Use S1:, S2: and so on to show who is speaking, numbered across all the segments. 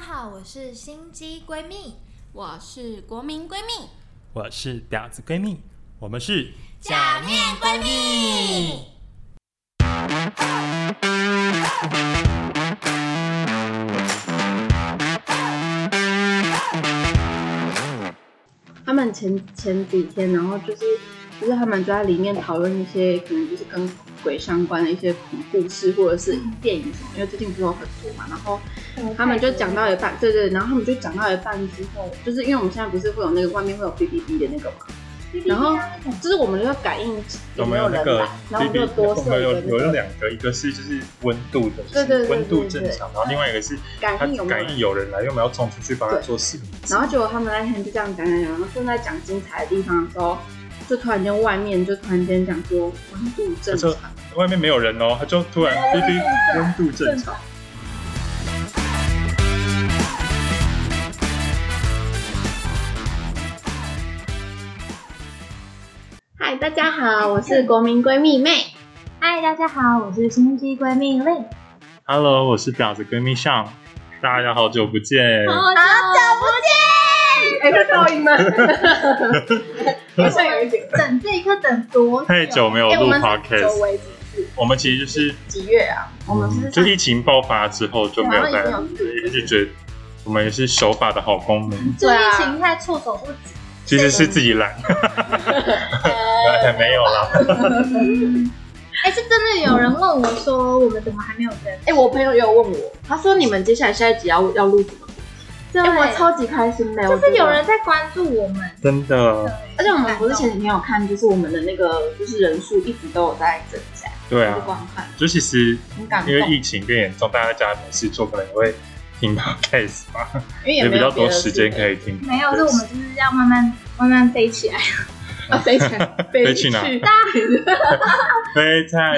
S1: 好，我是心机闺蜜，
S2: 我是国民闺蜜，
S3: 我是婊子闺蜜，我们是
S1: 假面闺蜜。
S4: 他们前前几天，然后就是就是他们就在里面讨论一些可能就是跟鬼相关的一些恐怖故事或者是电影什么，因为最近不是有很多嘛，然后他们就讲到一半，对对，然后他们就讲到一半之后，就是因为我们现在不是会有那个外面会有 B B B 的那个嘛，然后就是我们就要感应有
S3: 有
S4: 没
S3: 没有
S4: 人
S3: 那个
S4: 来，然后我们
S3: BB？
S4: 就多设
S3: 我们有
S4: 一个那
S3: 有有
S4: 个
S3: 两个，一个是就是温度的，
S4: 对
S3: 就
S4: 对对
S3: 是温度
S4: 对对
S3: 正常，然后另外一个是它
S4: 感应有没有
S3: 感
S4: 人
S3: 应有人来，因为我们要冲出去帮他
S4: 对
S3: 做事。
S4: 然后结果他们那天就这样讲讲讲，然后正在讲精彩的地方的时候，就突然间外面就突然间讲说温度正常，
S3: 外面没有人哦，他就突然 B B 温度正常。
S4: 嗨，大家好，我是国民闺蜜妹。
S5: 嗨，大家好，我是心机闺蜜 l i
S3: Hello，我是婊子闺蜜上，大家好久不见。
S4: 啊哎、这噪音吗？ 好像有一点。
S5: 等这一刻等多久？
S3: 太久没有
S4: 哎我
S3: 录
S4: 们是久
S3: podcast，
S4: 违几次？
S3: 我们其实就是嗯
S4: 几月啊？我们是
S3: 就疫情爆发之后就没有再
S4: 然后也没有
S3: 对就觉得我们也是守法的好公民，
S5: 这
S4: 对啊
S5: 疫情太措手不及，
S3: 其实是自己懒，没有啦。
S5: 哎、是真的有人问我说，我们怎么还没有人？
S4: 哎、我朋友也有问我，他说你们接下来下一集要要录什么？
S5: 对，
S4: 哎、我超级开心的，
S5: 就
S4: 我觉
S5: 是
S4: 得
S5: 有人在关注我们，
S3: 真的，
S4: 而且我们不是哎前
S5: 前
S4: 几天有看，就是我们的那个就是人数一直都有在增加，
S3: 对
S4: 就是
S3: 啊，
S4: 观看，
S3: 就其实
S4: 很感动，
S3: 因为
S4: 因为
S3: 疫情变严重，大家在家没事做，可能也会听 podcast 吧，
S4: 也
S3: 有
S4: 没
S3: 比
S4: 有
S3: 较
S4: 别
S3: 多
S4: 的
S3: 时间可
S4: 以
S3: 以听。
S5: 没有，是我们就是要慢慢慢慢飞起来。
S4: 啊飞起来，
S3: 飞去哪
S4: 去
S3: 非太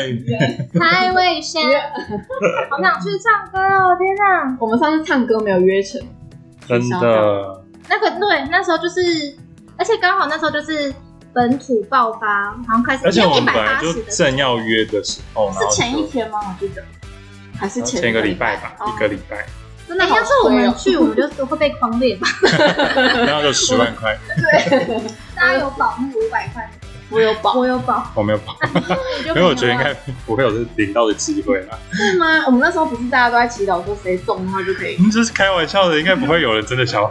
S5: 嗨，魏先， 好想去唱歌哦！天哪，
S4: 我们上次唱歌没有约成，
S3: 真的，
S5: 那个对，那时候就是，而且刚好那时候就是本土爆发，然后开始
S3: 而且我
S5: 一
S3: 们
S5: 百
S3: 本来
S5: 八
S3: 就
S5: 十的时候
S3: 正要约的时候，然后
S4: 是前一
S3: 就
S4: 天吗？我记得还是前
S3: 前一个
S4: 礼
S3: 礼拜吧，
S4: 哦
S3: 一个礼拜，
S5: 真的，要是我
S3: 哦
S5: 们去，我们就会被框列吧。
S3: 然后就十万块，
S5: 大家有保那个五百块，
S4: 我有保。
S5: 我有保，
S3: 我没有报，
S5: 因
S3: 因为我觉得应该不会有这领到的机会啦。
S4: 是吗？我们那时候不是大家都在祈祷说谁中的话就可以？
S3: 嗯，这是开玩笑的，应该不会有人真的想要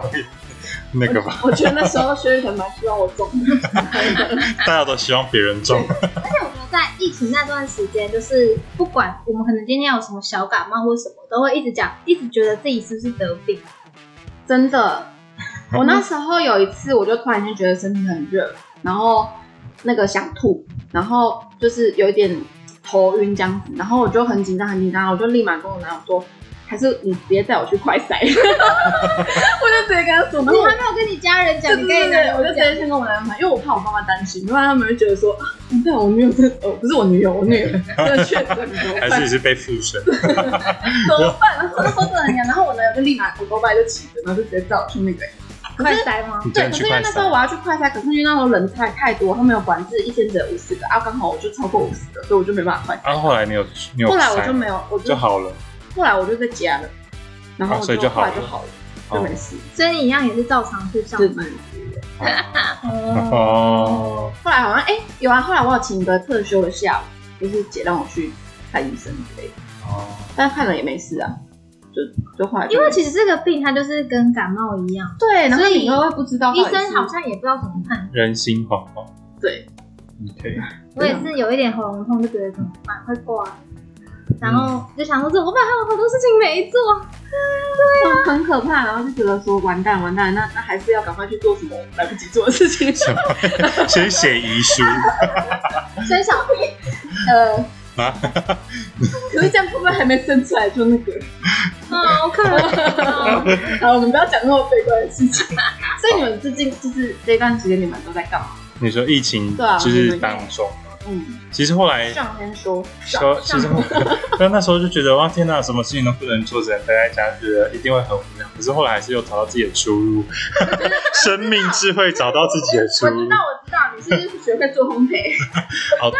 S3: 那个 吧？
S4: 我觉得那时候薛玉腾蛮希望我中的，
S3: 大家都希望别人中，
S5: 而且我觉得在疫情那段时间，就是不管我们可能今天有什么小感冒或什么，都会一直讲，一直觉得自己是不是得病。
S4: 真的。我那时候有一次，我就突然间觉得身体很热，然后那个想吐，然后就是有一点头晕这样子，然后我就很紧张很紧张，我就立马跟我男友说，还是你直接带我去快筛，我就直接跟他说，然后
S5: 你
S4: 我
S5: 还没有跟你家人讲，
S4: 对
S5: 你
S4: 对
S5: 跟你
S4: 对
S5: 男
S4: 对，
S5: 友
S4: 我就直
S5: 讲
S4: 接先跟我男友讲，因为我怕我妈妈担心，不然他们会觉得说，啊对我女友是，呃，不是我女友，我女友真的确诊，怎么
S3: 还
S4: 办
S3: 是？你是被附身？
S4: 怎么办？然后 那时候真的很痒，然后我男友就立马，我爸爸就骑着，然后就直接带我去那个。
S5: 快塞吗？
S3: 你
S4: 对，
S3: 真的
S4: 可
S3: 去
S4: 是因
S3: 快
S4: 为那时候
S3: 筛？
S4: 我要去快筛，可是因为那时候人太太多，他们有管制，一天只有五十个啊，刚好我就超过五十个，所以我就没办法快筛。
S3: 然啊后后来你有你有
S4: 后来我
S3: 筛
S4: 就没有，我就
S3: 就好了，
S4: 后来我就在家了，然后
S3: 啊
S4: 我
S3: 所以就好
S4: 后
S3: 了哦
S4: 来就好了，就没事，
S5: 所以你一样也是照常去上
S4: 就
S5: 班。
S4: 蛮。
S5: 哦，
S3: 哦，
S4: 后来好像哎、有啊，后来我有请一个特休的下午，就是姐让我去看医生之类的，
S3: 哦
S4: 但看了也没事啊，就就后来就
S5: 因为
S4: 没事
S5: 其实这个病它就是跟感冒一样，
S4: 对，然后
S5: 所以
S4: 你又会不知道
S5: 医
S4: 到底是
S5: 生好像也不知道怎么判。
S3: 人心惶惶。
S4: 对
S3: OK，
S5: 我也是有一点喉咙痛，就觉得怎么办，会挂。然后就想说，这我本来还有好多事情没做，
S4: 很可怕，然后就觉得说完蛋完蛋，那那还是要赶快去做什么来不及做的事情。
S3: 先写遗书
S5: 所以想
S4: 呃，
S3: 啊，
S4: 可是这样会不会还没生出来就那个？
S5: 好可怕、哦。
S4: 好，我们不要讲那么悲观的事 情。所以你们最近就是这段时间你们都在干嘛？
S3: 你说疫情
S4: 对啊
S3: 就是当中，
S4: 嗯，
S3: 其实后来
S4: 上天说，
S3: 说，其实我但那时候就觉得哇天哪，什么事情都不能做，只能待在家，觉得一定会很无聊。可是后来还是又找到自己的出路， 生命智慧找到自己的出
S4: 我知
S3: 路
S4: 道。我知道，你是学会做烘 焙，
S3: 哦，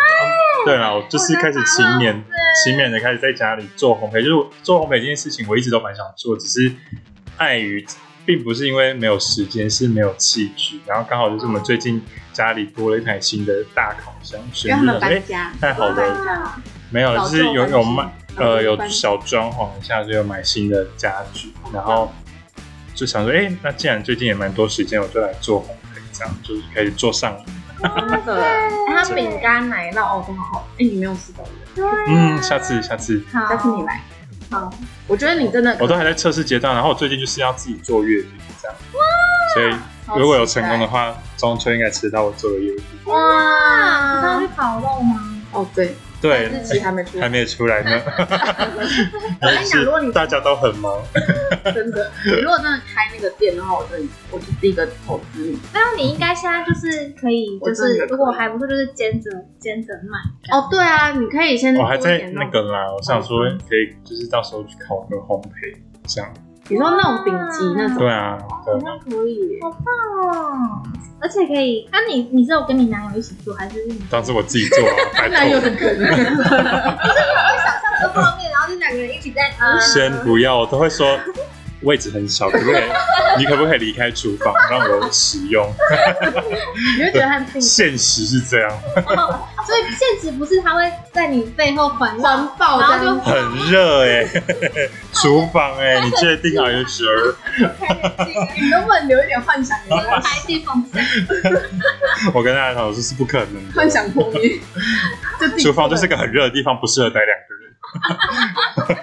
S3: 对啦，我就是开始勤勉，勤勉的开始在家里做烘焙，就是做烘焙这件事情，我一直都蛮想做，只是碍于并不是因为没有时间，是没有器具，然后刚好就是我们最近家里多了一台新的大烤箱，所以
S4: 让
S3: 就
S4: 他
S3: 想
S4: 们
S3: 说哎
S4: 搬，家，
S3: 太好了，
S4: 了，
S3: 没有了，
S4: 老
S3: 就是
S4: 旧
S3: 有
S4: 搬
S3: 有
S4: 新
S3: 卖
S4: 老
S3: 呃
S4: 旧
S3: 有
S4: 搬新
S3: 小装潢一下，就有买新的家具，然后就想说，哎、那既然最近也蛮多时间，我就来做烘焙，这样就是可以做上瘾。
S4: 真 的。
S5: 哎它
S3: 对
S5: 饼干奶酪哦，
S4: 哦，真好，哎，你没有吃到我，
S3: 嗯，下次下次，
S5: 啊好，
S4: 下次你来。
S5: 好，
S4: 我觉得你真的，
S3: 我都还在测试阶段，然后我最近就是要自己做月饼这样，所以如果有成功的话，中秋应该吃到我做的月饼。
S5: 哇，是要去烤肉吗？
S4: 哦，对，
S3: 对，
S4: 日期还没出
S3: 还，没出来 呢，
S4: 我跟你讲，
S3: 是
S4: 如果你
S3: 大家都很忙，
S4: 真的，如果真的开那个店的话，我就我就第一个投资你。
S5: 那你应该现在就是可以，
S4: 我
S5: 就
S4: 真的
S5: 是
S4: 可以
S5: 如果还不错，就是兼着兼着卖。
S4: 哦，对啊，你可以先
S3: 我哦还
S4: 做一
S3: 在
S4: 点
S3: 那
S4: 种
S3: 个啦，我想说可以就是到时候去考个烘焙这样。
S4: 你说那种丙级那种，
S3: 对啊，对啊，
S4: 那可以。
S5: 哦，而且可以，那你你是有跟你男友一起做，还是你
S3: 当时我自己做啊，拜
S4: 那有
S3: 托，
S4: 点可 能，
S5: 这个方面，然后就两个人一起 在啊
S3: 先不要，我都会说位置很小，可不可以？你可不可以离开厨房让我使 用？
S4: 你会觉得很挺
S3: 现实是这样，
S5: 哦所以现实不是他会在你背后环
S4: 环
S5: 绕，
S4: 抱这
S5: 然
S4: 样
S5: 后
S3: 很热哎、 厨房哎、你确定 are you sure？
S4: 你能不能留一点幻想？
S5: 拍电风扇，
S3: 我跟大家讲，这是不可能
S4: 幻
S3: 的。
S4: 想破 灭，就自己
S3: 厨房就是个很热的地方，不适合待两个人。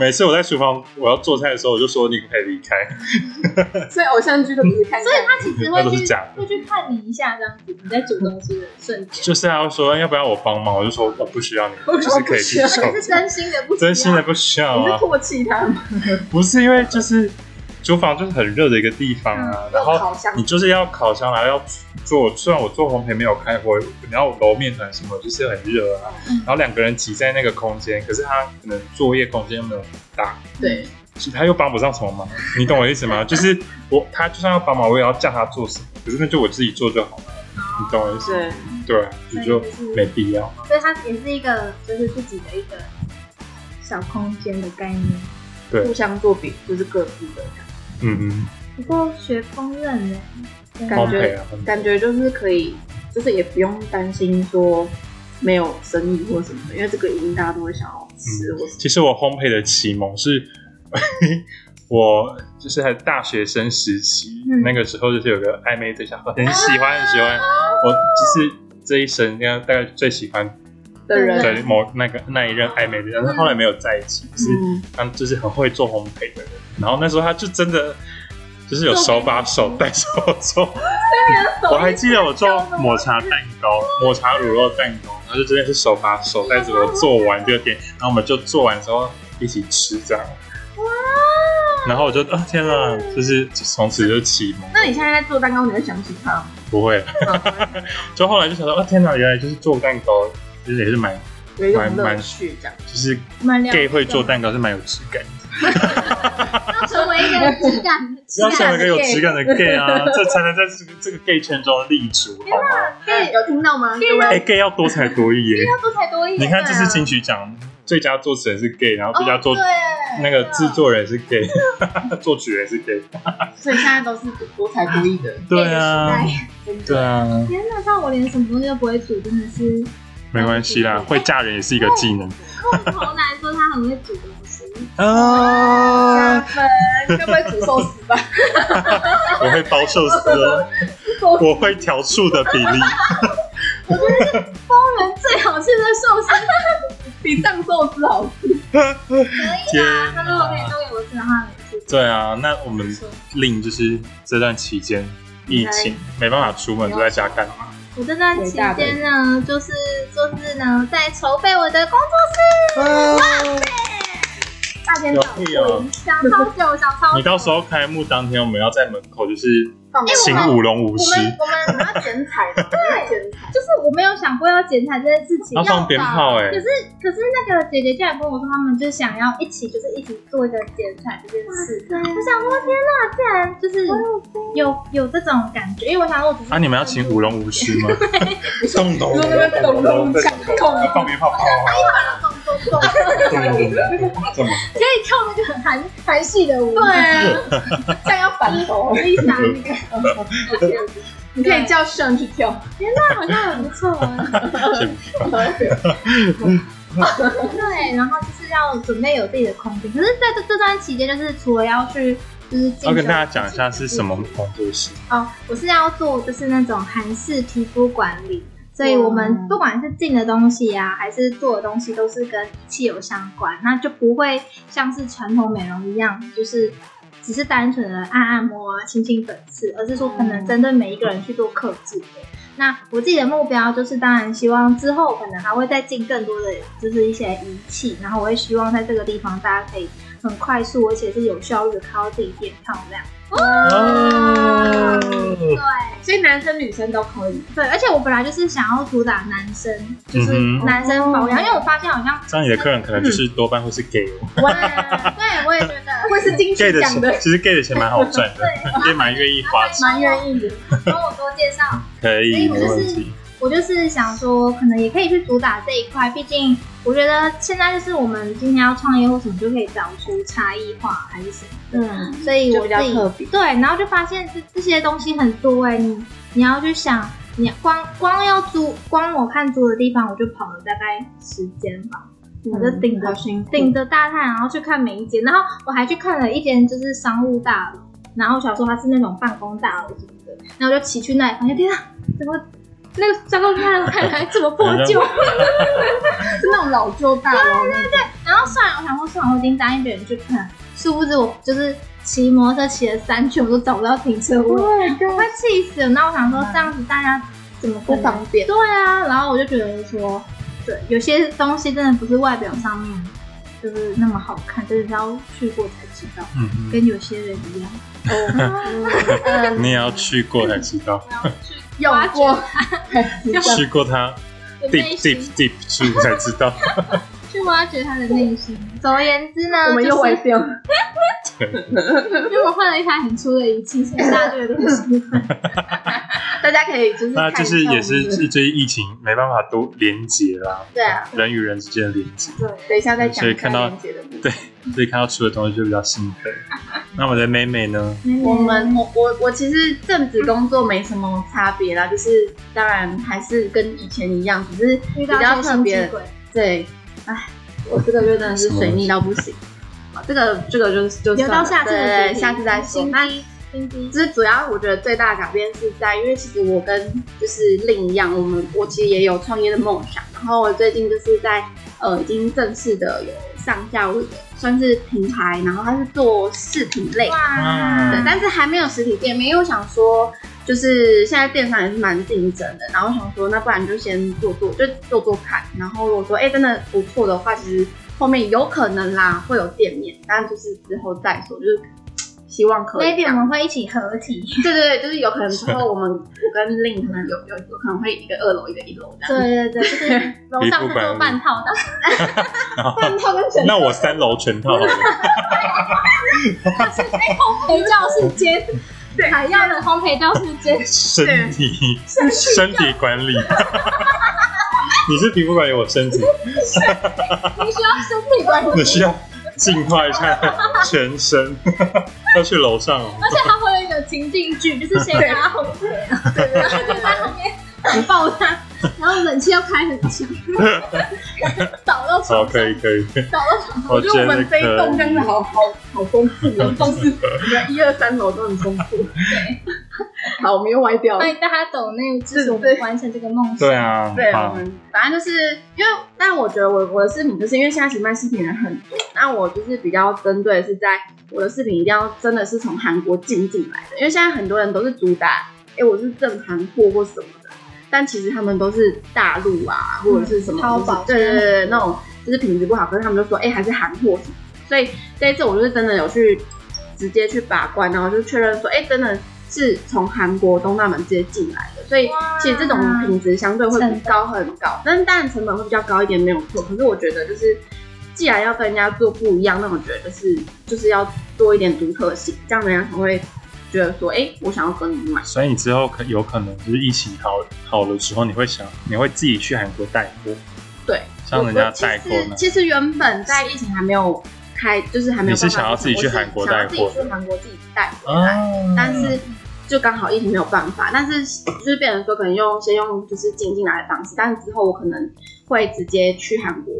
S3: 每次我在厨房我要做菜的时候，我就说你可不可以离开，
S4: 所以偶像剧都不是 看，
S5: 所以他其实
S3: 那
S5: 会
S3: 都是
S5: 去
S3: 假的。
S5: 会去看你一下这样子，你在煮东西的瞬间，
S3: 就是他说要不要我帮忙，我就说我不需要你，就是可以去做，
S5: 是真心的不需要
S3: 真心的不需要
S4: 你是
S3: 啊。
S4: 唾弃他吗？
S3: 不是因为就是厨房就是很热的一个地方啊，然后
S4: 烤箱
S3: 你就是要烤箱来要做，虽然我做烘焙没有开火，然后楼面团什么就是很热啊，
S4: 嗯
S3: 然后两个人挤在那个空间，可是他可能作业空间没有很大，
S4: 对，
S3: 所以他又帮不上什么忙，你懂我意思 吗？就是我他就算要帮忙，我也要叫他做什么，可是那就我自己做就好了，你懂我意思吗？
S4: 对，
S3: 对啊，
S5: 所以
S3: 你就
S5: 就是
S3: 没必要。
S5: 所以它也是一个就是自己的一个小空间的概念。
S4: 互相作比就是各自的，
S3: 嗯
S5: 不过学烹饪呢，
S3: 嗯，
S4: 感
S3: 烘
S4: 觉
S3: 焙啊，烘焙
S4: 感觉就是可以，就是也不用担心说没有生意或什么的，因为这个一定大家都会想要吃或什么。
S3: 其实我烘焙的启蒙是， 我就是还大学生时期，
S5: 嗯
S3: 那个时候就是有个暧昧对象，很喜欢很喜欢，我就是这一生应该大概最喜欢
S4: 的人，
S3: 对某那个那一任暧昧对象，但是后来没有在一起，就是
S4: 嗯，
S3: 他就是很会做烘焙的人，然后那时候他就真的。就是有手把手带手做， 我还记得我做抹茶蛋糕、抹茶乳酪蛋糕，然后就真的是手把手带着我做完这个点，然后我们就做完之后一起吃这样。然后我就啊天哪，就是从此就启蒙，
S4: 那你现在在做蛋糕，你会想起他吗？
S3: 不会。 就后来就想到啊天哪，原来就是做蛋糕，就是也是蛮
S4: 有一种
S3: 蛮蛮
S4: 乐趣这样。
S3: 就是
S5: 蛮了
S3: gay 会做蛋糕是蛮有质感的。
S5: 要成为一个质感的
S3: 要成为一个有质感的 gay 啊，这才能在这个这个 gay 圈中立足，好吗？
S5: 对，
S4: 有听到吗？各
S3: 哎、
S4: 位，
S3: g a y 要多才多艺耶！
S5: 多才多艺。
S3: 你看这次
S5: 情
S3: 金曲奖最佳作词人是 gay，然后最佳作、
S5: 对，
S3: 那个制作人是 gay，作 曲人是 gay，
S4: 所以现在都是多才多艺的。
S3: 对啊，对啊，
S5: 天哪，像我连什么东西都不会煮，真的是
S3: 没关系啦，会嫁人也是一个技能
S5: 用头来说，他很会煮东西。
S3: 啊！
S4: 分，要不要煮寿司吧？
S3: 我会包寿司哦，我会调数的比例，
S5: 当然最好吃的寿司，
S4: 比上寿司好 吃。
S3: 天
S5: 他如果可以都给我吃的话，也是
S3: 对啊，那我们令就是这段期间疫情没办法出门，就在家干嘛？
S5: 我这段期间呢，就是就是呢，在筹备我的工作室，大家
S3: 有
S5: 早
S3: 屁哦！
S5: 想超久，想超久。
S3: 你到时候开幕当天，我们要在门口就是
S4: 放屁
S3: 请舞龙舞
S5: 我
S3: 狮，
S5: 们我们
S4: 要剪彩，对，剪彩。
S5: 就是我没有想过要剪彩这件事情，
S3: 然后放鞭炮哎、
S5: 可是可是那个姐姐竟然跟我说，他们就想要一起，就是一起做一个剪彩这件事。我想说，天哪，竟然就是有有这种感觉，因为我想说，我只是
S3: 啊，你们要请舞龙舞狮吗？咚咚
S4: 咚咚咚
S3: 咚咚，
S4: 咚咚
S3: 放鞭炮，
S5: 动作
S3: 这么
S5: 可以跳那个韩韩系的舞，
S4: 对，啊， 像要反头，
S5: 丽莎那个，
S4: 你可以叫炫去跳，
S5: 那好像很不错哦啊。对，然后就是要准备有自己的空间。可是在这这段期间，就是除了要去，就是进修
S3: 哦要跟大家讲一下是什么工作室，
S5: 哦，我是要做就是那种韩式皮肤管理，所以我们不管是进的东西啊，还是做的东西，都是跟仪器有相关，那就不会像是传统美容一样，就是只是单纯的按按摩啊、清清粉刺，而是说可能针对每一个人去做克制的。那我自己的目标就是，当然希望之后可能还会再进更多的就是一些仪器，然后我会希望在这个地方大家可以很快速而且是有效率的靠自己变漂亮。
S3: 哦
S5: 对。
S4: 所以男生女生都可以。
S5: 对，而且我本来就是想要主打男生，就是
S3: 嗯哼
S5: 男生
S4: 哦
S5: 保养，因为我发现好像
S3: 这样你的客人可能就是多半会是 gay 哦
S5: 哇，对我也觉得
S4: 会是金
S3: gay
S4: 曲
S3: 的
S4: 奖
S3: 钱
S4: 的，
S3: 其实 gay 的钱蛮好赚的，gay 蛮愿意花钱，
S5: 蛮愿意的，跟我多介绍。
S3: 可
S4: 哎
S3: 以没问题。
S5: 我就是想说，可能也可以去主打这一块，毕竟我觉得现在就是我们今天要创业或什么，就可以找出差异化还是什么，
S4: 嗯，
S5: 所以我
S4: 就比较
S5: 自己
S4: 特别
S5: 对，然后就发现这这些东西很多哎、你你要去想。你光光要租，光我看租的地方，我就跑了大概十间吧，我就顶着
S4: 嗯好辛苦，
S5: 顶着大太阳，然后去看每一间，然后我还去看了一间就是商务大楼，然后我想说它是那种办公大楼什么的，然后我就骑去那里，发现天啊，怎么那个照片看起来这么破旧？
S4: 是那种老旧大楼那种，
S5: 然后算了，我想说算了，我已经答应别人去看，殊不知我就是骑摩托车骑了三圈，我都找不到停车位，我
S4: 对对，
S5: 快气死了。那我想说这样子大家怎么可
S4: 不
S5: 能
S4: 方便。
S5: 对啊，然后我就觉得说，对，有些东西真的不是外表上面就是那么好看，真的是要去过才知道，
S3: 嗯哼，
S5: 跟有些人一样。
S3: 你也要去过才知道，
S4: 用过，
S3: 去过它
S5: 有
S3: deep
S5: 内
S3: deep
S5: 心
S3: deep 去才知 道。
S5: 去挖掘他的内心。总而言之呢，
S4: 我们
S5: 就
S4: 又
S5: 是
S4: 歪掉。
S5: 因为我换了一台很粗的仪器，所以大家觉 得都是
S4: 大家可以就是
S3: 那
S4: 看一下
S3: 就是也是
S4: 我们的
S3: 是最近疫情没办法都连接啦，
S4: 对啊，
S3: 人与人之间的连接，
S4: 等一下再讲
S3: 所以看到
S4: 开连接的部分
S3: 对，所以看到吃的东西就比较兴 奋。那我的妹妹呢？
S4: 我们我我我其实正职工作没什么差别啦，就是当然还是跟以前一样，只是
S5: 遇
S4: 比
S5: 到
S4: 较
S5: 一些
S4: 特
S5: 心
S4: 别
S5: 机
S4: 的。
S5: 鬼，
S4: 对，哎，我这个就真的是水逆到不行。好这个这个就是就
S5: 留到
S4: 算了
S5: 下次的
S4: 对
S5: 主题
S4: 下次再说。
S5: 心
S4: 那
S5: 机心机
S4: 就是主要我觉得最大的改变是在，因为其实我跟就是另一样，我们我其实也有创业的梦想，然后我最近就是在呃已经正式的有上架我的算是品牌，然后它是做饰品类，
S5: 哇
S3: 嗯
S4: 对，但是还没有实体店面，因为我想说，就是现在电商也是蛮竞争的，然后我想说，那不然就先做做，就做做看。然后如果说，哎、真的不错的话，其实后面有可能啦，会有店面，但就是之后再说，就是希望可以这
S5: ，maybe 我
S4: 样。
S5: 们会一起合体，
S4: 对对对，就是有可能之后我们我跟令可能有有有可能会一个二楼一个一楼这 样。
S5: 对对对，就是楼上是做半套的，
S4: 半套跟全
S3: 那我三楼全套好了，
S5: 烘焙教室间，海样的烘焙教室间，
S3: 身体身体管理。 你是皮肤管理，我身体，
S5: 你需要身体管理，
S3: 你需要净化一下全身，要去楼 上哦。
S5: 而且它会有一个情境剧，就是先给他烘焙，然后就在后面抱他，然后冷气要开很强，倒到
S3: 好，
S5: 床
S3: 可以可以，
S5: 倒到床
S3: 我
S4: 觉得我们这一栋
S3: 可
S4: 真
S3: 以
S4: 的。好好好丰富哦，就是一二三楼都很丰富。好，我们又歪掉了
S5: 欢。迎大家走那个支持我们完成这个梦想。
S3: 对啊，
S4: 对，我
S3: 好，
S4: 们反正就是因为，但我觉得我我的饰品就是因为现在其实卖饰品的人很多，那我就是比较针对的是在我的饰品一定要真的是从韩国进进来的，因为现在很多人都是主打，哎、我是正韩货或什么的，但其实他们都是大陆啊或者是什么，
S5: 淘宝
S4: 就是对对对，那种就是品质不好，可是他们就说，哎、还是韩货什么的，所以这一次我就是真的有去直接去把关，然后就确认说，哎、真的。是从韩国东大门直接进来的，所以其实这种
S5: 哇
S4: 品质相对会
S5: 嗯成
S4: 比高很高，但是当然成本会比较高一点，没有错。可是我觉得就是，既然要跟人家做不一样，那我觉得就是就是要多一点独特性，这样人家才会觉得说，哎、我想要跟你买。
S3: 所以你之后可有可能就是疫情好好了之后，你会想，你会自己去韩国带货，
S4: 对，
S3: 让人家带货呢？
S6: 其实其实原本在疫情还没有开，就是还没有办法。
S3: 你是想要自己去韩国带货
S6: 我是想要自己去韩国自己带回来，
S3: 啊，
S6: 但是就刚好疫情没有办法，但是就是变成说可能用先用就是进进来的方式，但是之后我可能会直接去韩国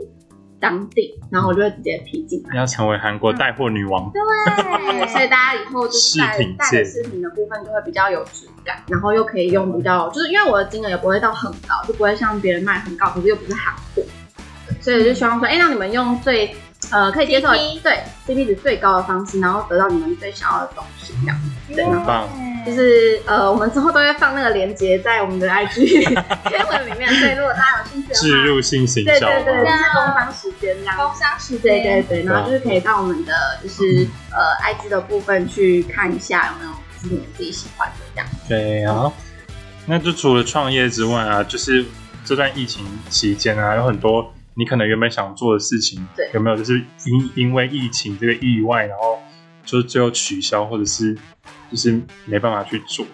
S6: 当地，然后我就会直接批进来。
S3: 啊要成为韩国带货女王，
S5: 嗯
S6: 对，啊所以大家以后就是带
S3: 饰品
S6: 带
S3: 界
S6: 的饰品的部分就会比较有质感，然后又可以用比较，就是因为我的金额也不会到很高，就不会像别人卖很高，可是又不是韩货，所以就希望说，哎、让你们用最呃可以接受的
S1: CP
S6: 对 CP 值最高的方式，然后得到你们最想要的东西，这样对，然后
S3: 很棒。
S6: 就是呃，我们之后都会放那个链接在我们的 IG 贴文里面，所以如果大家有兴趣的话，
S3: 植入性行
S6: 对
S3: 销啊
S6: 对对，就
S3: 吗？
S6: 是工商时间这样子
S5: 工商时
S6: 对
S5: 间，
S6: 对对，然后就是可以到我们的就是呃 IG 的部分去看一下有没有就是你们自己喜欢的这样。
S3: 对，好。那就除了创业之外啊，就是这段疫情期间啊，有很多你可能原本想做的事情，
S6: 对
S3: 有没有就是因因为疫情这个意外，然后就是最后取消，或者是就是没办法去做，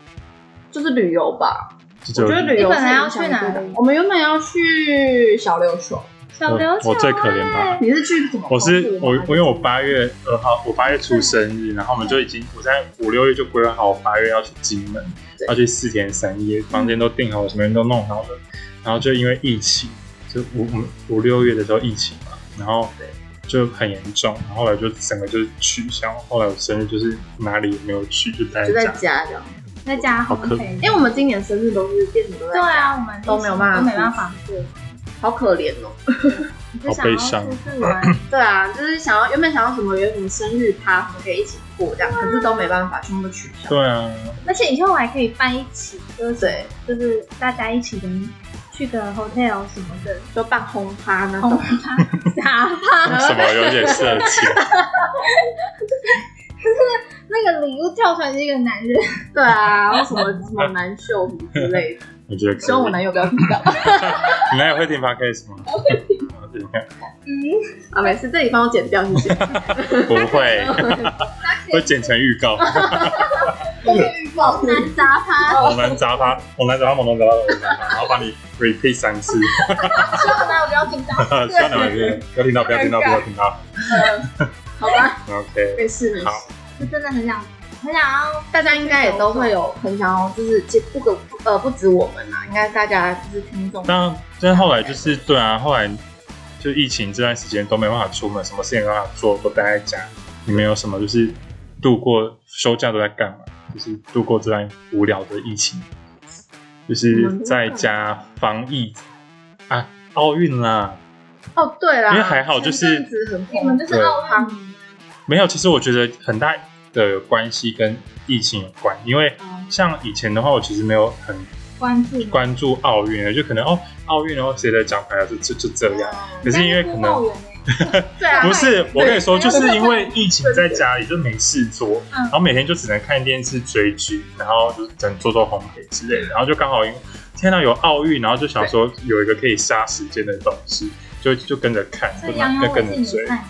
S6: 就是旅游吧，
S3: 就只
S6: 我
S3: 有
S6: 觉得旅
S5: 游
S6: 游
S5: 是影响最大的
S6: 我们原本要去小琉球，
S5: 小琉
S6: 啊
S5: 球
S3: 我我最可怜吧。
S6: 你是去什么？
S3: 我
S6: 澎湖
S3: 是
S6: 吗
S3: 我，我因为我八月二号，我八月初生日，然后我们就已经我在五六月就规划好，我八月要去金门，要去四天三夜，房间都订好，什么人都弄好了，然后就因为疫情，就五五五六月的时候疫情嘛，然后就很严重，然后后来就整个就取消，后来我生日就是哪里也没有去，就待
S6: 就
S3: 在家。
S6: 在家这样，
S5: 在家
S3: 好可
S5: 烘焙。
S6: 因为我们今年生日都是变成都在
S5: 对
S6: 家，
S5: 啊，我们
S6: 都没有办法
S5: 都没办法过，
S6: 好可怜哦。
S5: 就想要出去玩。
S6: 对啊，就是想要原本想要什么有什么生日趴，我们可以一起过这样，可是都没办法，全部取消。
S3: 对啊，
S5: 而且以后还可以办一起，就是
S6: 对，
S5: 就是大家一起的去个 hotel 什么的，
S6: 就办轰趴那
S5: 轰
S6: 种，
S5: 趴、啥
S6: 啊
S5: 趴，
S3: 什么有点色情，
S5: 那个礼物跳出来是一个男人，
S6: 对啊，然后什么什么男秀什么之类的。
S3: 我觉得
S6: 希望我
S3: 可以。
S6: 男友不要听到
S3: 你男友会听 podcast 吗？我会 听。
S5: 嗯，
S6: 啊，没事，这里帮我剪掉，谢谢。
S3: 不会， 会剪成预告。
S5: 猛男砸趴，
S3: 猛男砸他，猛男砸他，猛男砸他，猛男砸他，然后把你 repeat 三次，
S5: 希望男友不要紧张。
S3: 算了，不要听到，不要听到，不要听到。
S6: 嗯好吧，
S3: OK，
S6: 没事没事。
S3: 好
S5: 就真的很想很想要
S6: 大家应该也都会有很想要，就是其实不可不呃不止我们啦，应该大家就是听众。
S3: 当然，但后来就是对啊，后来就疫情这段时间都没办法出门，什么事情没办法做，都待在家。你们有什么就是度过休假都在干嘛？就是度过这段无聊的疫情，
S6: 嗯
S3: 就是在家防疫啊，奥运啦。
S6: 哦，对啦，
S3: 因为还好就是
S6: 前阵子很
S5: 我们
S6: 红，
S5: 就是奥运，
S3: 没有，其实我觉得很大的关系跟疫情有关，因为
S5: 嗯
S3: 像以前的话，我其实没有很
S5: 关注，
S3: 关注奥运，就可能哦，奥运然后谁的奖牌啊，就就就这
S5: 哦
S3: 样。可是因为可能
S6: 对啊，
S3: 不是，我跟你说，
S5: 对
S3: 就是因为疫情在家里就没事做，
S5: 嗯
S3: 然后每天就只能看电视追剧，然后就只能做做烘焙之类的，然后就刚好因为听到有奥运，然后就想说有一个可以杀时间的东西，就就跟着看，
S5: 所
S3: 就
S5: 以洋洋
S3: 跟
S5: 我是
S3: 跟着追
S5: 你。看，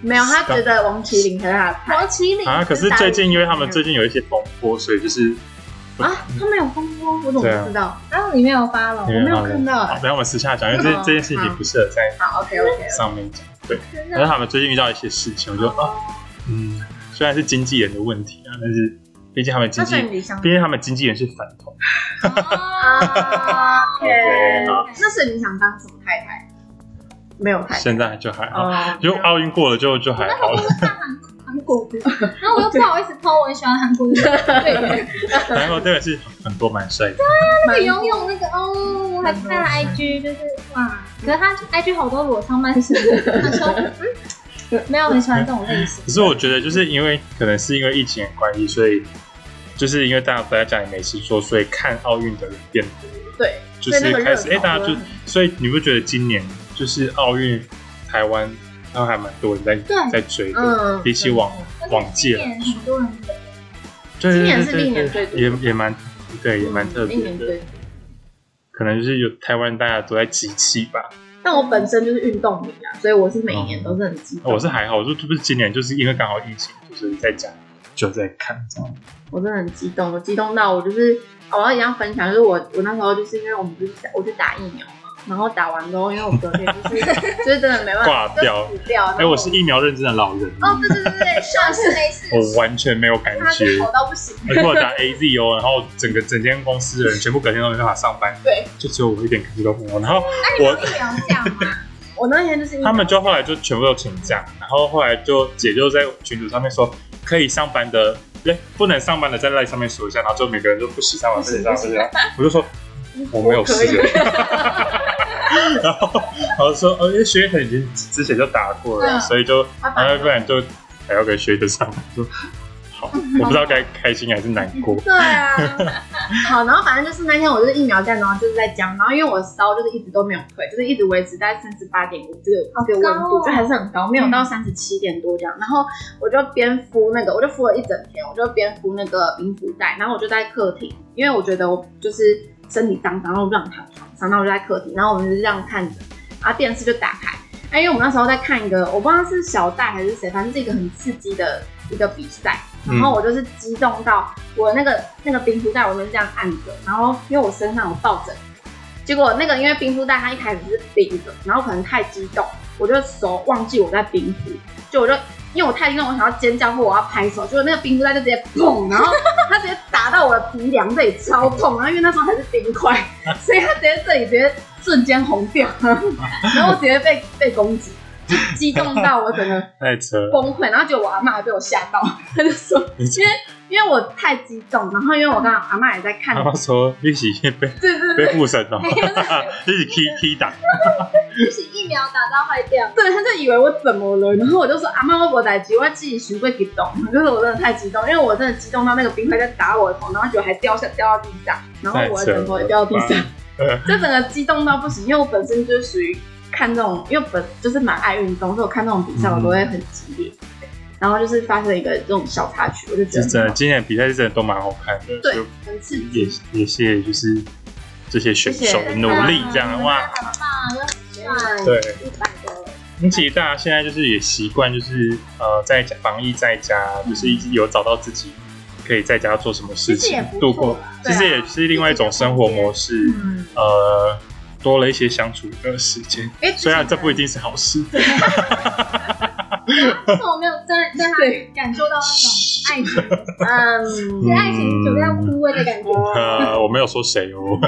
S6: 没有，他觉得王麒麟才是他的菜
S5: 王麒麟
S3: 啊，可是最近因为他们最近有一些风波，所以就是
S6: 啊，他们有风波，我怎么
S3: 对啊
S6: 不知道？
S5: 然后你没有发了
S3: 因，为
S6: 我没有
S3: 他们
S6: 看到
S3: 好，等一下我们私下讲，因为这
S6: 嗯
S3: 这件事情不适合在
S6: 好，OK OK，
S3: 上面讲。对，
S5: 真
S3: 但是
S5: 的
S3: 他们最近遇到一些事情，我就啊，嗯，虽然是经纪人的问题啊，但是毕竟他们经
S6: 那
S3: 纪
S6: 所以，你想
S3: 毕竟他们经纪人是反同。
S6: 啊，OK，
S3: OK，好
S6: 那所以你想当什么太太？没有太太
S3: 现在就还好，
S6: 哦，
S3: 就奥运过了就就还好了。
S5: 韩国的，然后我又不好意思偷，我很喜欢韩国的，对，
S3: 然后这个是很多蛮帅的，
S5: 那个游泳那个哦，我还看了 IG，就是哇，可是他 IG 好多裸上半身，他说嗯，没有很喜欢这种类型
S3: 可，是我觉得就是因为可能是因为疫情的关系，所以就是因为大家都在家里没事做，所以看奥运的人变多。
S6: 对，
S3: 就是
S6: 所以那个
S3: 开始，哎、
S6: 热潮
S3: 大家就
S6: 就会很，
S3: 所以你不觉得今年就是奥运台湾，然后还蛮多人在
S5: 对
S3: 在追的，
S6: 嗯
S3: 比起往
S5: 而且
S3: 往届
S5: 今
S3: 来，
S5: 年很多人的
S3: 对
S6: 今年
S3: 对
S6: 是
S3: 对
S6: 历年
S3: 对
S6: 最
S3: 对，
S6: 多
S3: 也也蛮对，也蛮特
S6: 一
S3: 别
S6: 年
S3: 的
S6: 对，。
S3: 可能就是有台湾大家都在集气吧。
S6: 但我本身就是运动迷啊，所以我是每一年都是很激动。
S3: 我是还好，我说这不是今年，就是因为刚好疫情，就是在家就在看这样。
S6: 我真的很激哦动，我激动到我就是我要一样分享，就是我我那时候就是因为我们不是我去打疫苗嘛，然后打完之后，因为我隔天就是 就是真的没办法，
S3: 挂掉
S6: 就死掉。然
S3: 哎，
S6: 后
S3: 我是疫苗认证的老人，
S6: 哦，对对对对，上次那次
S3: 我完全没有感
S6: 他
S3: 觉
S6: 就。好到不行，
S3: 而且我打 AZ 哦，然后整个整间公司的人全部隔天都没办法上班，
S6: 对，
S3: 就只有我一点感觉都没有。然后我
S5: 疫苗这样吗？
S6: 我那天就是
S3: 他们就后来就全部都请假，然后后来就姐就在群组上面说，可以上班的，对，不能上班的在赖上面说一下，然后就每个人就不许上班，不许上班，不许上班。我就说我没有事
S6: 可以
S3: 的，然后然后说呃，因为学姐已经之前就打过了，
S6: 嗯
S3: 所以就啊
S6: 麻烦
S3: 然后不然就还要给学姐上班，就好，我不知道该开心还是难过。
S6: 对啊， 好，然后反正就是那天我就是疫苗站，然后就是在讲，然后因为我的烧就是一直都没有退，就是一直维持在三十八点五这个这个温度，就
S4: 哦
S6: 还是很高，哦没有到三十七点多这样。然后我就边敷那个，我就敷了一整天，我就边敷那个冰敷袋，然后我就在客厅，因为我觉得我就是身体脏脏，然后我不想躺床上，然后我就在客厅，然后我们就这样看着，然后电视就打开。哎，因为我们那时候在看一个，我不知道是小戴还是谁，反正是一个很刺激的一个比赛。然后我就是激动到我那个那个冰敷袋，我就是这样按着，然后因为我身上有抱枕，结果那个因为冰敷袋它一开始是冰的，然后可能太激动，我就手忘记我在冰敷，就我就因为我太激动，我想要尖叫或我要拍手，结果那个冰敷袋就直接砰，然后它直接打到我的鼻梁这里超痛，然后因为那时候还是冰块，所以它直接这里直接瞬间红 掉，然后我直接被被攻击，就激动到我整个
S3: 太扯了，
S6: 崩溃，然后结果我阿妈被我吓到，她就说，因为因为我太激动，然后因为我刚好阿妈也在看，
S3: 他妈说一起被
S6: 对对对
S3: 被附身 哦，一起 K K 打。
S5: 就是疫苗打到坏掉，
S6: 对，她就以为我怎么了，然后我就说阿啊妈我不来急，我自己学会激动，就是我真的太激动，因为我真的激动到那个冰块在打我的头，然后结果还掉下掉到地上，然后我的枕头也掉到地上， 就整个激动到不行，因为我本身就是属于看这种，因为本就是蛮爱运动，所以我看这种比赛我都会很激烈。然后就是发生一个这种小插曲，我就觉
S3: 是
S6: 得
S3: 真的，今年的比赛是真的都蛮好看的，
S6: 对
S3: 就
S6: 很刺激。
S3: 也也谢谢就是这些选手的努力
S5: 啊
S3: 这
S5: 嗯
S3: 样哇，
S5: 很棒，又帅，
S3: 对。
S5: 一百个。
S3: 那其实大家现在就是也习惯，就是呃，在家防疫在家，就是已经有找到自己可以在家做什么事
S5: 其实也
S3: 情
S5: 不错
S3: 度过，其
S6: 对啊
S3: 实也是另外一种生活模式，
S6: 嗯
S3: 呃，多了一些相处的时间。
S6: 哎，
S3: 虽然
S6: 之前
S3: 这不一定是好事，
S5: 为什么没有真的对
S6: 对
S5: 他感受到
S3: 嗯
S5: 那种爱情，
S6: 嗯，
S5: 对爱情准备要枯萎的感觉？
S3: 呃，我没有说谁哦，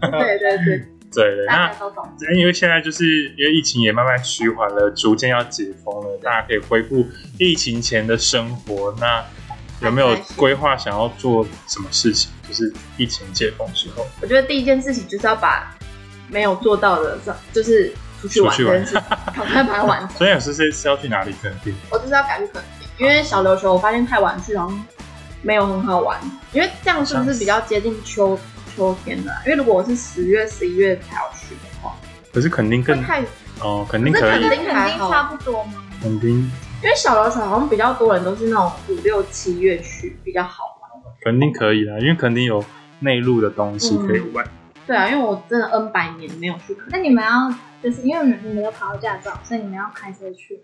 S3: 呃，
S6: 对对对，
S3: 对的，那
S6: 大家都懂。
S3: 因为现在就是因为疫情也慢慢趋缓了，逐渐要解封了，大家可以恢复疫情前的生活。那有没有规划想要做什么事情？就是疫情解封之后，
S6: 我觉得第一件事情就是要把没有做到的，就是出去玩
S3: 出去
S6: 这
S3: 玩
S6: 件事情，赶快把它完成。
S3: 所以是是是要去哪里肯定？
S6: 我就是要赶去垦丁，因为小琉球我发现太晚去，然后没有很好玩。因为这样是不是比较接近秋秋天的啊、因为如果我是十月、十一月才要去的话，
S3: 可是肯定
S6: 会
S3: 更
S6: 太……
S3: 哦，肯定
S6: 可是
S3: 可
S5: 那
S3: 以
S6: 肯，
S5: 肯定差不多吗？
S3: 肯定
S6: 因为小琉球好像比较多人都是那种五六七月去比较好玩。
S3: 肯定可以啦，因为肯定有内陆的东西可以玩。
S6: 对啊，因为我真的 N 百年没有去垦丁。
S5: 那你们要就是因为你们有考到驾照，所以你们要开车去。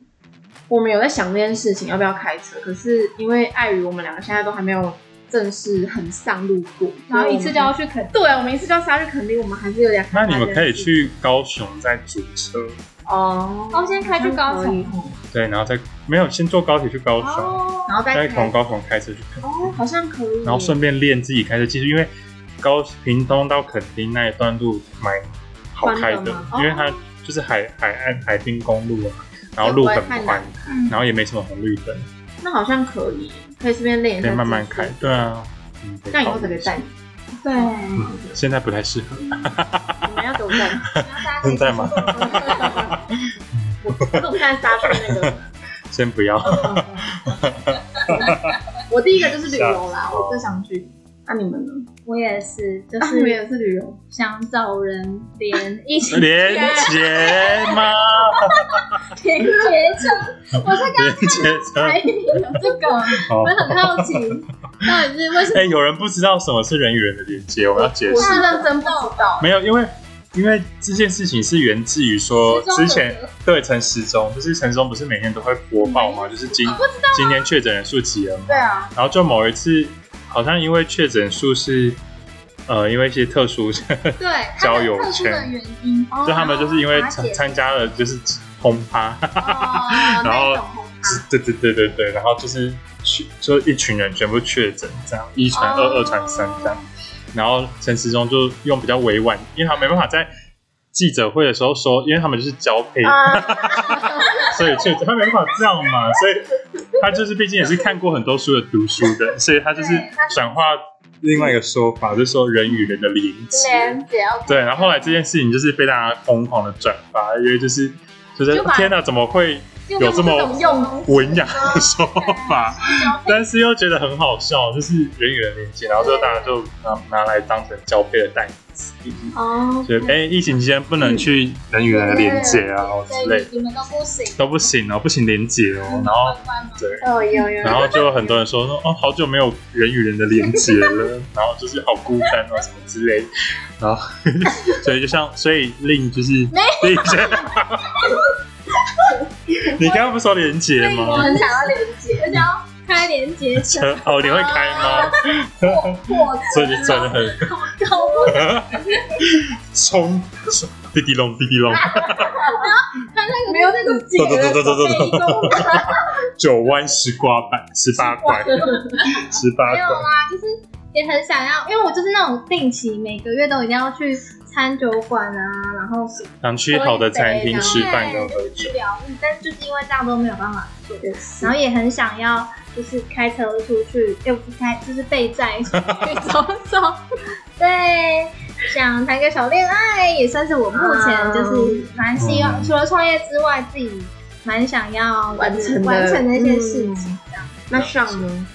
S6: 我们有在想这件事情要不要开车，可是因为碍于我们两个现在都还没有正式很上路过，
S5: 然后一次就要
S6: 去。
S5: 去垦
S6: 对，啊我们一次就要杀去垦丁，我们还是有点害
S3: 那
S6: 怕
S3: 你们可以
S6: 这件事情
S3: 去高雄再租车，
S6: 哦，
S5: 哦先开去高雄
S6: 可以哦，
S3: 对，然后再没有先坐高铁去高雄，
S5: 哦，
S6: 然后再
S3: 再
S6: 开
S3: 从高雄开车去垦丁。
S6: 哦，好像可以。
S3: 然后顺便练自己开车技术，因为高屏东到垦丁那一段路蛮好开
S6: 宽
S3: 的
S6: 的吗，
S3: 因为它就是海海岸海滨公路啊，然后
S6: 就不
S3: 路
S6: 会
S3: 很
S6: 太难
S3: 宽，
S5: 嗯
S3: 然后也没什么红绿灯，
S6: 那好像可以，可以顺便练一
S3: 可
S6: 下，
S3: 以慢慢开。，对啊，嗯，可以
S6: 这样以
S3: 考
S6: 后
S3: 虑
S6: 才可以带你。
S5: 对，
S3: 现在不太适合，
S6: 你们要给我带吗，
S3: 现在 吗？
S6: 我可是我们现在杀去那个。
S3: 先不要。
S6: 我第一个就是旅游啦，我最想去。那你们呢？
S5: 我也是，就
S6: 啊你们
S5: 是
S6: 也是旅游，
S5: 想找人连一 起
S3: 连结 吗？
S5: 连结账，我在
S3: 连结
S5: 才
S6: 哎
S3: 车
S5: 有这个，
S3: 好
S5: 我。很好奇，到底是为什么？
S3: 哎，有人不知道什么是人与人的连接，我们要解释
S6: 我。是认真不知道。
S3: 没有，因为因为这件事情是源自于说
S5: 时钟
S3: 之前
S5: 的
S3: 对陈时中，就是陈时中不是每天都会播报吗？就是今、今天确诊人数几了嘛，
S6: 对啊，
S3: 然后就某一次好像因为确诊数是呃，因为一些特殊， 就
S5: 对，
S3: 交友
S5: 它的特殊的
S3: 圈
S5: 原因，就
S3: 他们就是因为参
S5: 参
S3: 参加了就是轰趴，
S5: 然
S3: 然后
S5: 后
S3: 对对对对对，然后就是去就一群人全部确诊，这样一传二，
S5: 哦
S3: 二传三这样。然后陈时中就用比较委婉，因为他没办法在记者会的时候说，因为他们就是交配，
S6: 啊
S3: 所以确诊他没办法这样嘛，所以他就是毕竟也是看过很多书的读书的，所以他就是
S5: 对他
S3: 转化另外一个说法，就是说人与人的连接。
S5: 连接，
S3: 对，然后后来这件事情就是被大家疯狂的转发，因为就是就是
S6: 就把
S3: 天哪，怎么会有这么
S6: 用
S3: 文雅的说法？但是又觉得很好笑，就是人与人连接，然后就大家就拿拿来当成交配的代名词，
S5: 哦，
S3: 觉得哎，疫情期间不能去人与人的连接啊之类的
S5: 你们都不行，
S3: 都不行哦，不行连接哦，然后对。
S6: 哦，有有
S3: 然后就有很多人说说哦，好久没有人与人的连接了， 然后就是好孤单哦，什么之类，然后 所以就像所以令就是令姐， 你刚刚不是说连接
S5: 我
S3: 吗？
S5: 很想要连接，而且要开连 接车，
S3: 哦，你会开吗？
S5: 我
S3: 所以就真的很
S5: 靠，
S3: 冲，滴滴隆滴滴隆，
S5: 没有那种
S3: 走走走走走走走，九弯十八百十八块，十八
S5: 没有
S3: 块，
S5: 啦，就是也很想要，因为我就是那种定期每个月都一定要去餐酒馆啊，然后是
S3: 想去好的餐厅吃饭跟喝酒
S5: 去。疗愈，但就是因为这样都没有办法做，然后也很想要就是开车出去，又不是开就是被载出去走走，对。想谈个小恋爱，也算是我目前就是蛮希望，
S3: 嗯
S5: 除了创业之外，自己蛮想要
S6: 完成的
S5: 完成的一些事
S6: 嗯
S5: 情。
S6: 那上呢？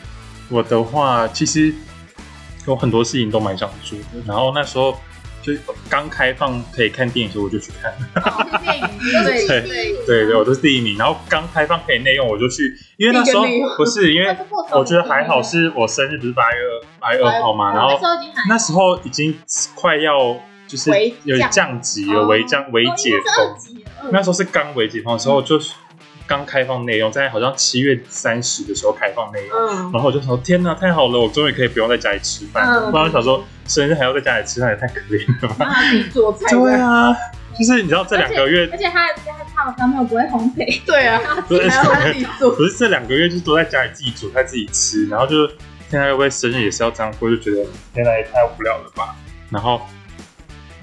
S3: 我的话，其实有很多事情都蛮想做的。然后那时候就刚开放可以看电影的时候，我就去 看。
S6: 哦 对
S3: 对对对，我都是第一名。然后刚开放可以内用，我就去，因为那时候
S6: 第一个内用
S3: 不是因为
S5: 这是不同的
S3: 哎我觉得还好，是我生日不是八月二八月二号嘛，然
S5: 那时
S3: 后
S5: 候已经
S3: 那时候已经快要就是
S6: 微降
S3: 有点降级了，
S5: 哦
S3: 微降微解封。
S5: 级
S3: 那时候是刚微解封的时候，就是刚开放内用，在好像七月三十的时候开放内用。
S6: 嗯，
S3: 然后我就想说，天哪，太好了，我终于可以不用在家里吃饭了。
S6: 嗯
S3: 不然我想说，生日还要在家里吃饭，也太可怜了吧？
S6: 那他自己做菜
S3: 对
S6: 的，
S3: 啊，就是你知道这两 个月
S5: 而，且她她她男朋友不会烘焙，
S6: 对啊，
S3: 不是
S6: 还要他自己做，
S3: 不是这两个月，就是都在家里自己煮菜自己吃，然后就现在会不会生日也是要这样过，就觉得天哪，也太无聊了吧？然后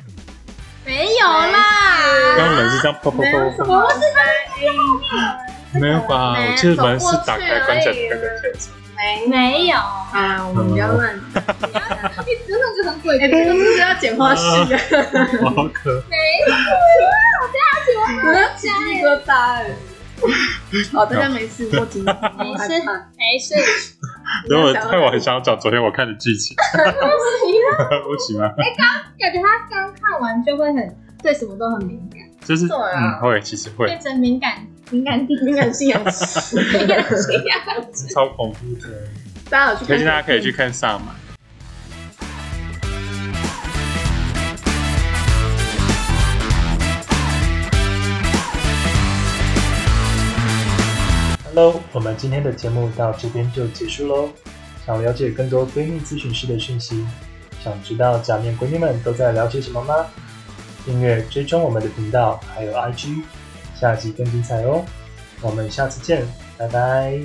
S5: 没有啦，
S3: 刚门是这样砰砰砰砰，
S5: 不是
S3: 没有吧？
S5: 没
S3: 我记得门是打
S5: 走
S3: 开
S5: 过去
S3: 关起
S5: 而
S3: 来，
S5: 已
S3: 打开关起来的时候。
S5: 没没有，
S6: 啊，我们不要
S3: 嗯
S6: 乱，
S5: 你真的就很鬼
S6: 哎，这个就是要简化式啊，
S3: 我 好可
S5: 没有，
S6: 我要起鸡皮疙瘩哎。哦，大家没事，莫紧张，
S5: 没事
S6: 害怕
S5: 没事，
S3: 等我太晚想要讲昨天我看的剧情， 不行啊吗？
S5: 感觉她刚看完就会很对什么都很敏感，
S3: 就是
S6: 对啊
S3: 嗯，会其实会
S5: 变成敏感敏感体，
S6: 敏感性很
S5: 敏感体
S3: 超恐怖的。
S6: 大家有去
S3: 推
S6: 看？
S3: 荐大家可以去看萨满。
S7: Hello，我们今天的节目到这边就结束喽。想了解更多闺蜜咨询师的讯息，想知道假面闺蜜们都在聊些什么吗？订阅追踪我们的频道，还有 IG，下集更精彩哦。我们下次见，拜拜。